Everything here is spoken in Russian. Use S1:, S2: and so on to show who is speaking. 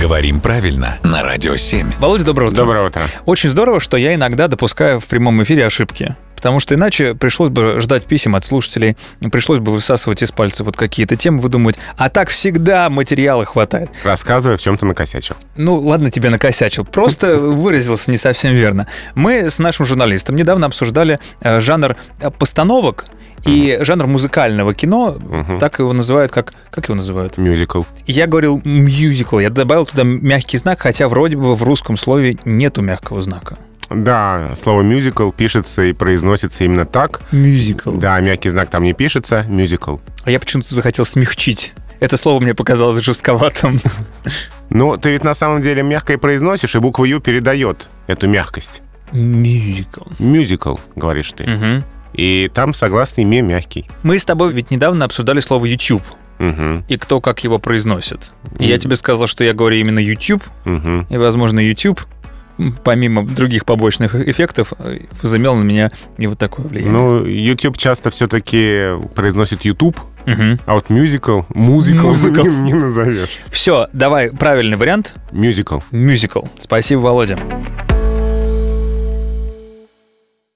S1: Говорим правильно на Радио 7.
S2: Володя, доброе утро.
S3: Доброе утро.
S2: Очень здорово, что я иногда допускаю в прямом эфире ошибки. Потому что иначе пришлось бы ждать писем от слушателей, пришлось бы высасывать из пальца вот какие-то темы, выдумывать. А так всегда материала хватает.
S3: Рассказывай, в чем ты накосячил.
S2: Ну, ладно, тебе накосячил. Просто выразился не совсем верно. Мы с нашим журналистом недавно обсуждали э, жанр э, постановок и жанр музыкального кино.
S3: Мгм.
S2: Так его называют, как... Как его называют?
S3: Мюзикл.
S2: Я говорил мюзикл, я добавил туда мягкий знак, хотя вроде бы в русском слове нету мягкого знака.
S3: Да, слово мюзикл пишется и произносится именно так.
S2: Мюзикл.
S3: Да, мягкий знак там не пишется, мюзикл.
S2: А я почему-то захотел смягчить. Это слово мне показалось жестковатым.
S3: Ну, ты ведь на самом деле мягко и произносишь, и буква Ю передает эту мягкость.
S2: Мюзикл.
S3: Мюзикл, говоришь ты.
S2: Мгм.
S3: И там согласный ме мягкий.
S2: Мы с тобой ведь недавно обсуждали слово YouTube
S3: Угу,
S2: и кто как его произносит. И я тебе сказал, что я говорю именно YouTube,
S3: угу.
S2: и, возможно, YouTube, м, помимо других побочных эффектов, э, возымел на меня и вот такое влияние.
S3: Ну, YouTube часто все-таки произносит YouTube,
S2: Мгм.
S3: а вот мюзикл, музыкл
S2: Музыкл.
S3: не, не назовешь.
S2: Все, давай правильный вариант.
S3: Мюзикл.
S2: Мюзикл. Спасибо, Володя.